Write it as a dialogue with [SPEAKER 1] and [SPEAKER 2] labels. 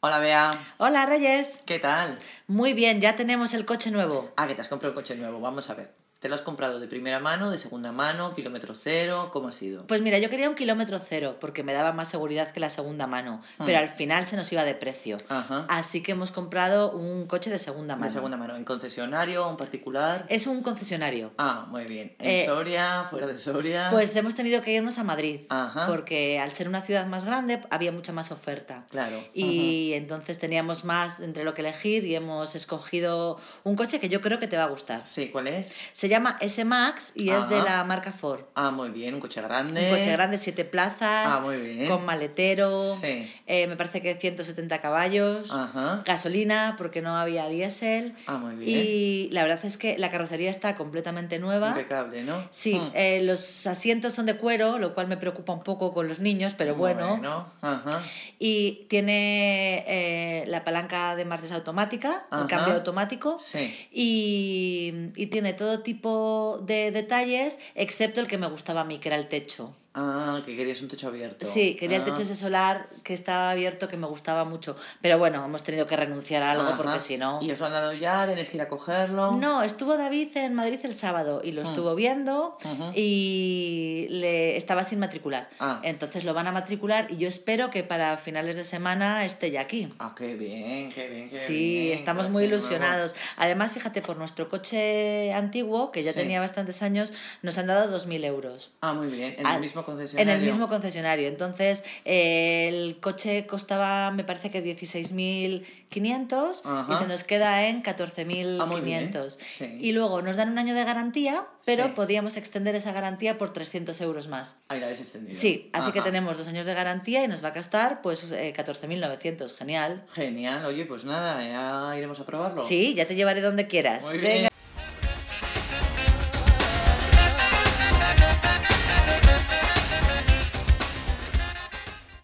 [SPEAKER 1] Hola Bea,
[SPEAKER 2] Hola Reyes.
[SPEAKER 1] ¿qué tal?
[SPEAKER 2] Muy bien, ya tenemos el coche nuevo.
[SPEAKER 1] Ah, que te has comprado un coche nuevo, vamos a ver. ¿Te lo has comprado de primera mano, de segunda mano, kilómetro cero? ¿Cómo ha sido?
[SPEAKER 2] Pues mira, yo quería un kilómetro cero porque me daba más seguridad que la segunda mano,
[SPEAKER 1] Ah.
[SPEAKER 2] pero al final se nos iba de precio.
[SPEAKER 1] Ajá.
[SPEAKER 2] Así que hemos comprado un coche de segunda mano.
[SPEAKER 1] De segunda mano, en concesionario, en particular.
[SPEAKER 2] Es un concesionario.
[SPEAKER 1] Ah, muy bien. ¿En
[SPEAKER 2] Eh,
[SPEAKER 1] Soria, fuera de Soria?
[SPEAKER 2] Pues hemos tenido que irnos a Madrid
[SPEAKER 1] Ajá.
[SPEAKER 2] porque al ser una ciudad más grande había mucha más oferta.
[SPEAKER 1] Claro.
[SPEAKER 2] Y entonces teníamos más entre lo que elegir y hemos escogido un coche que yo creo que te va a gustar.
[SPEAKER 1] Ajá. Sí, ¿cuál es?
[SPEAKER 2] Se llama S-Max y es de
[SPEAKER 1] Ajá.
[SPEAKER 2] la marca Ford.
[SPEAKER 1] Ah, muy bien, un coche grande.
[SPEAKER 2] Un coche grande, siete plazas,
[SPEAKER 1] Ah, muy bien.
[SPEAKER 2] con maletero,
[SPEAKER 1] Sí.
[SPEAKER 2] eh, me parece que 170 caballos,
[SPEAKER 1] Ajá.
[SPEAKER 2] gasolina porque no había diésel.
[SPEAKER 1] Ah, muy bien.
[SPEAKER 2] Y la verdad es que la carrocería está completamente nueva.
[SPEAKER 1] Impecable, ¿no?
[SPEAKER 2] Sí,
[SPEAKER 1] Mm.
[SPEAKER 2] eh, los asientos son de cuero, lo cual me preocupa un poco con los niños, pero bueno.
[SPEAKER 1] Ajá.
[SPEAKER 2] Y tiene eh, la palanca de marchas automática,
[SPEAKER 1] Ajá.
[SPEAKER 2] el cambio automático.
[SPEAKER 1] Sí.
[SPEAKER 2] Y, y tiene todo tipo de detalles, excepto el que me gustaba a mí, que era el techo.
[SPEAKER 1] Ah, que querías un techo abierto.
[SPEAKER 2] Sí, quería el
[SPEAKER 1] Ah.
[SPEAKER 2] techo ese solar que estaba abierto, que me gustaba mucho. Pero bueno, hemos tenido que renunciar a algo
[SPEAKER 1] Ajá.
[SPEAKER 2] porque si no...
[SPEAKER 1] ¿Y os lo han dado ya? ¿Tenéis que ir a cogerlo?
[SPEAKER 2] No, estuvo David en Madrid el sábado y
[SPEAKER 1] Hmm.
[SPEAKER 2] lo estuvo viendo
[SPEAKER 1] Ujú.
[SPEAKER 2] y le estaba sin matricular.
[SPEAKER 1] Ah.
[SPEAKER 2] Entonces lo van a matricular y yo espero que para finales de semana esté ya aquí.
[SPEAKER 1] Ah, qué bien, qué bien, qué bien. pues,
[SPEAKER 2] Sí, estamos
[SPEAKER 1] coche
[SPEAKER 2] muy
[SPEAKER 1] nuevo.
[SPEAKER 2] ilusionados. Además, fíjate, por nuestro coche antiguo, que ya
[SPEAKER 1] Sí.
[SPEAKER 2] tenía bastantes años, nos han dado 2.000 euros.
[SPEAKER 1] Ah, muy bien. En
[SPEAKER 2] Ah,
[SPEAKER 1] el mismo
[SPEAKER 2] En
[SPEAKER 1] concesionario.
[SPEAKER 2] el mismo concesionario. Entonces, eh, el coche costaba, me parece que 16.500 y
[SPEAKER 1] Ajá.
[SPEAKER 2] se nos queda en
[SPEAKER 1] Ah, muy bien.
[SPEAKER 2] 14.500.
[SPEAKER 1] Sí.
[SPEAKER 2] Y luego nos dan un año de garantía, pero
[SPEAKER 1] Sí.
[SPEAKER 2] podíamos extender esa garantía por 300 euros más.
[SPEAKER 1] Ahí la habéis extendido.
[SPEAKER 2] Sí, así que
[SPEAKER 1] Ajá.
[SPEAKER 2] tenemos dos años de garantía y nos va a costar pues eh, 14.900. Genial.
[SPEAKER 1] Genial, oye, pues nada, ya iremos a probarlo.
[SPEAKER 2] Sí, ya te llevaré donde quieras.
[SPEAKER 1] Muy
[SPEAKER 2] Venga.
[SPEAKER 1] bien.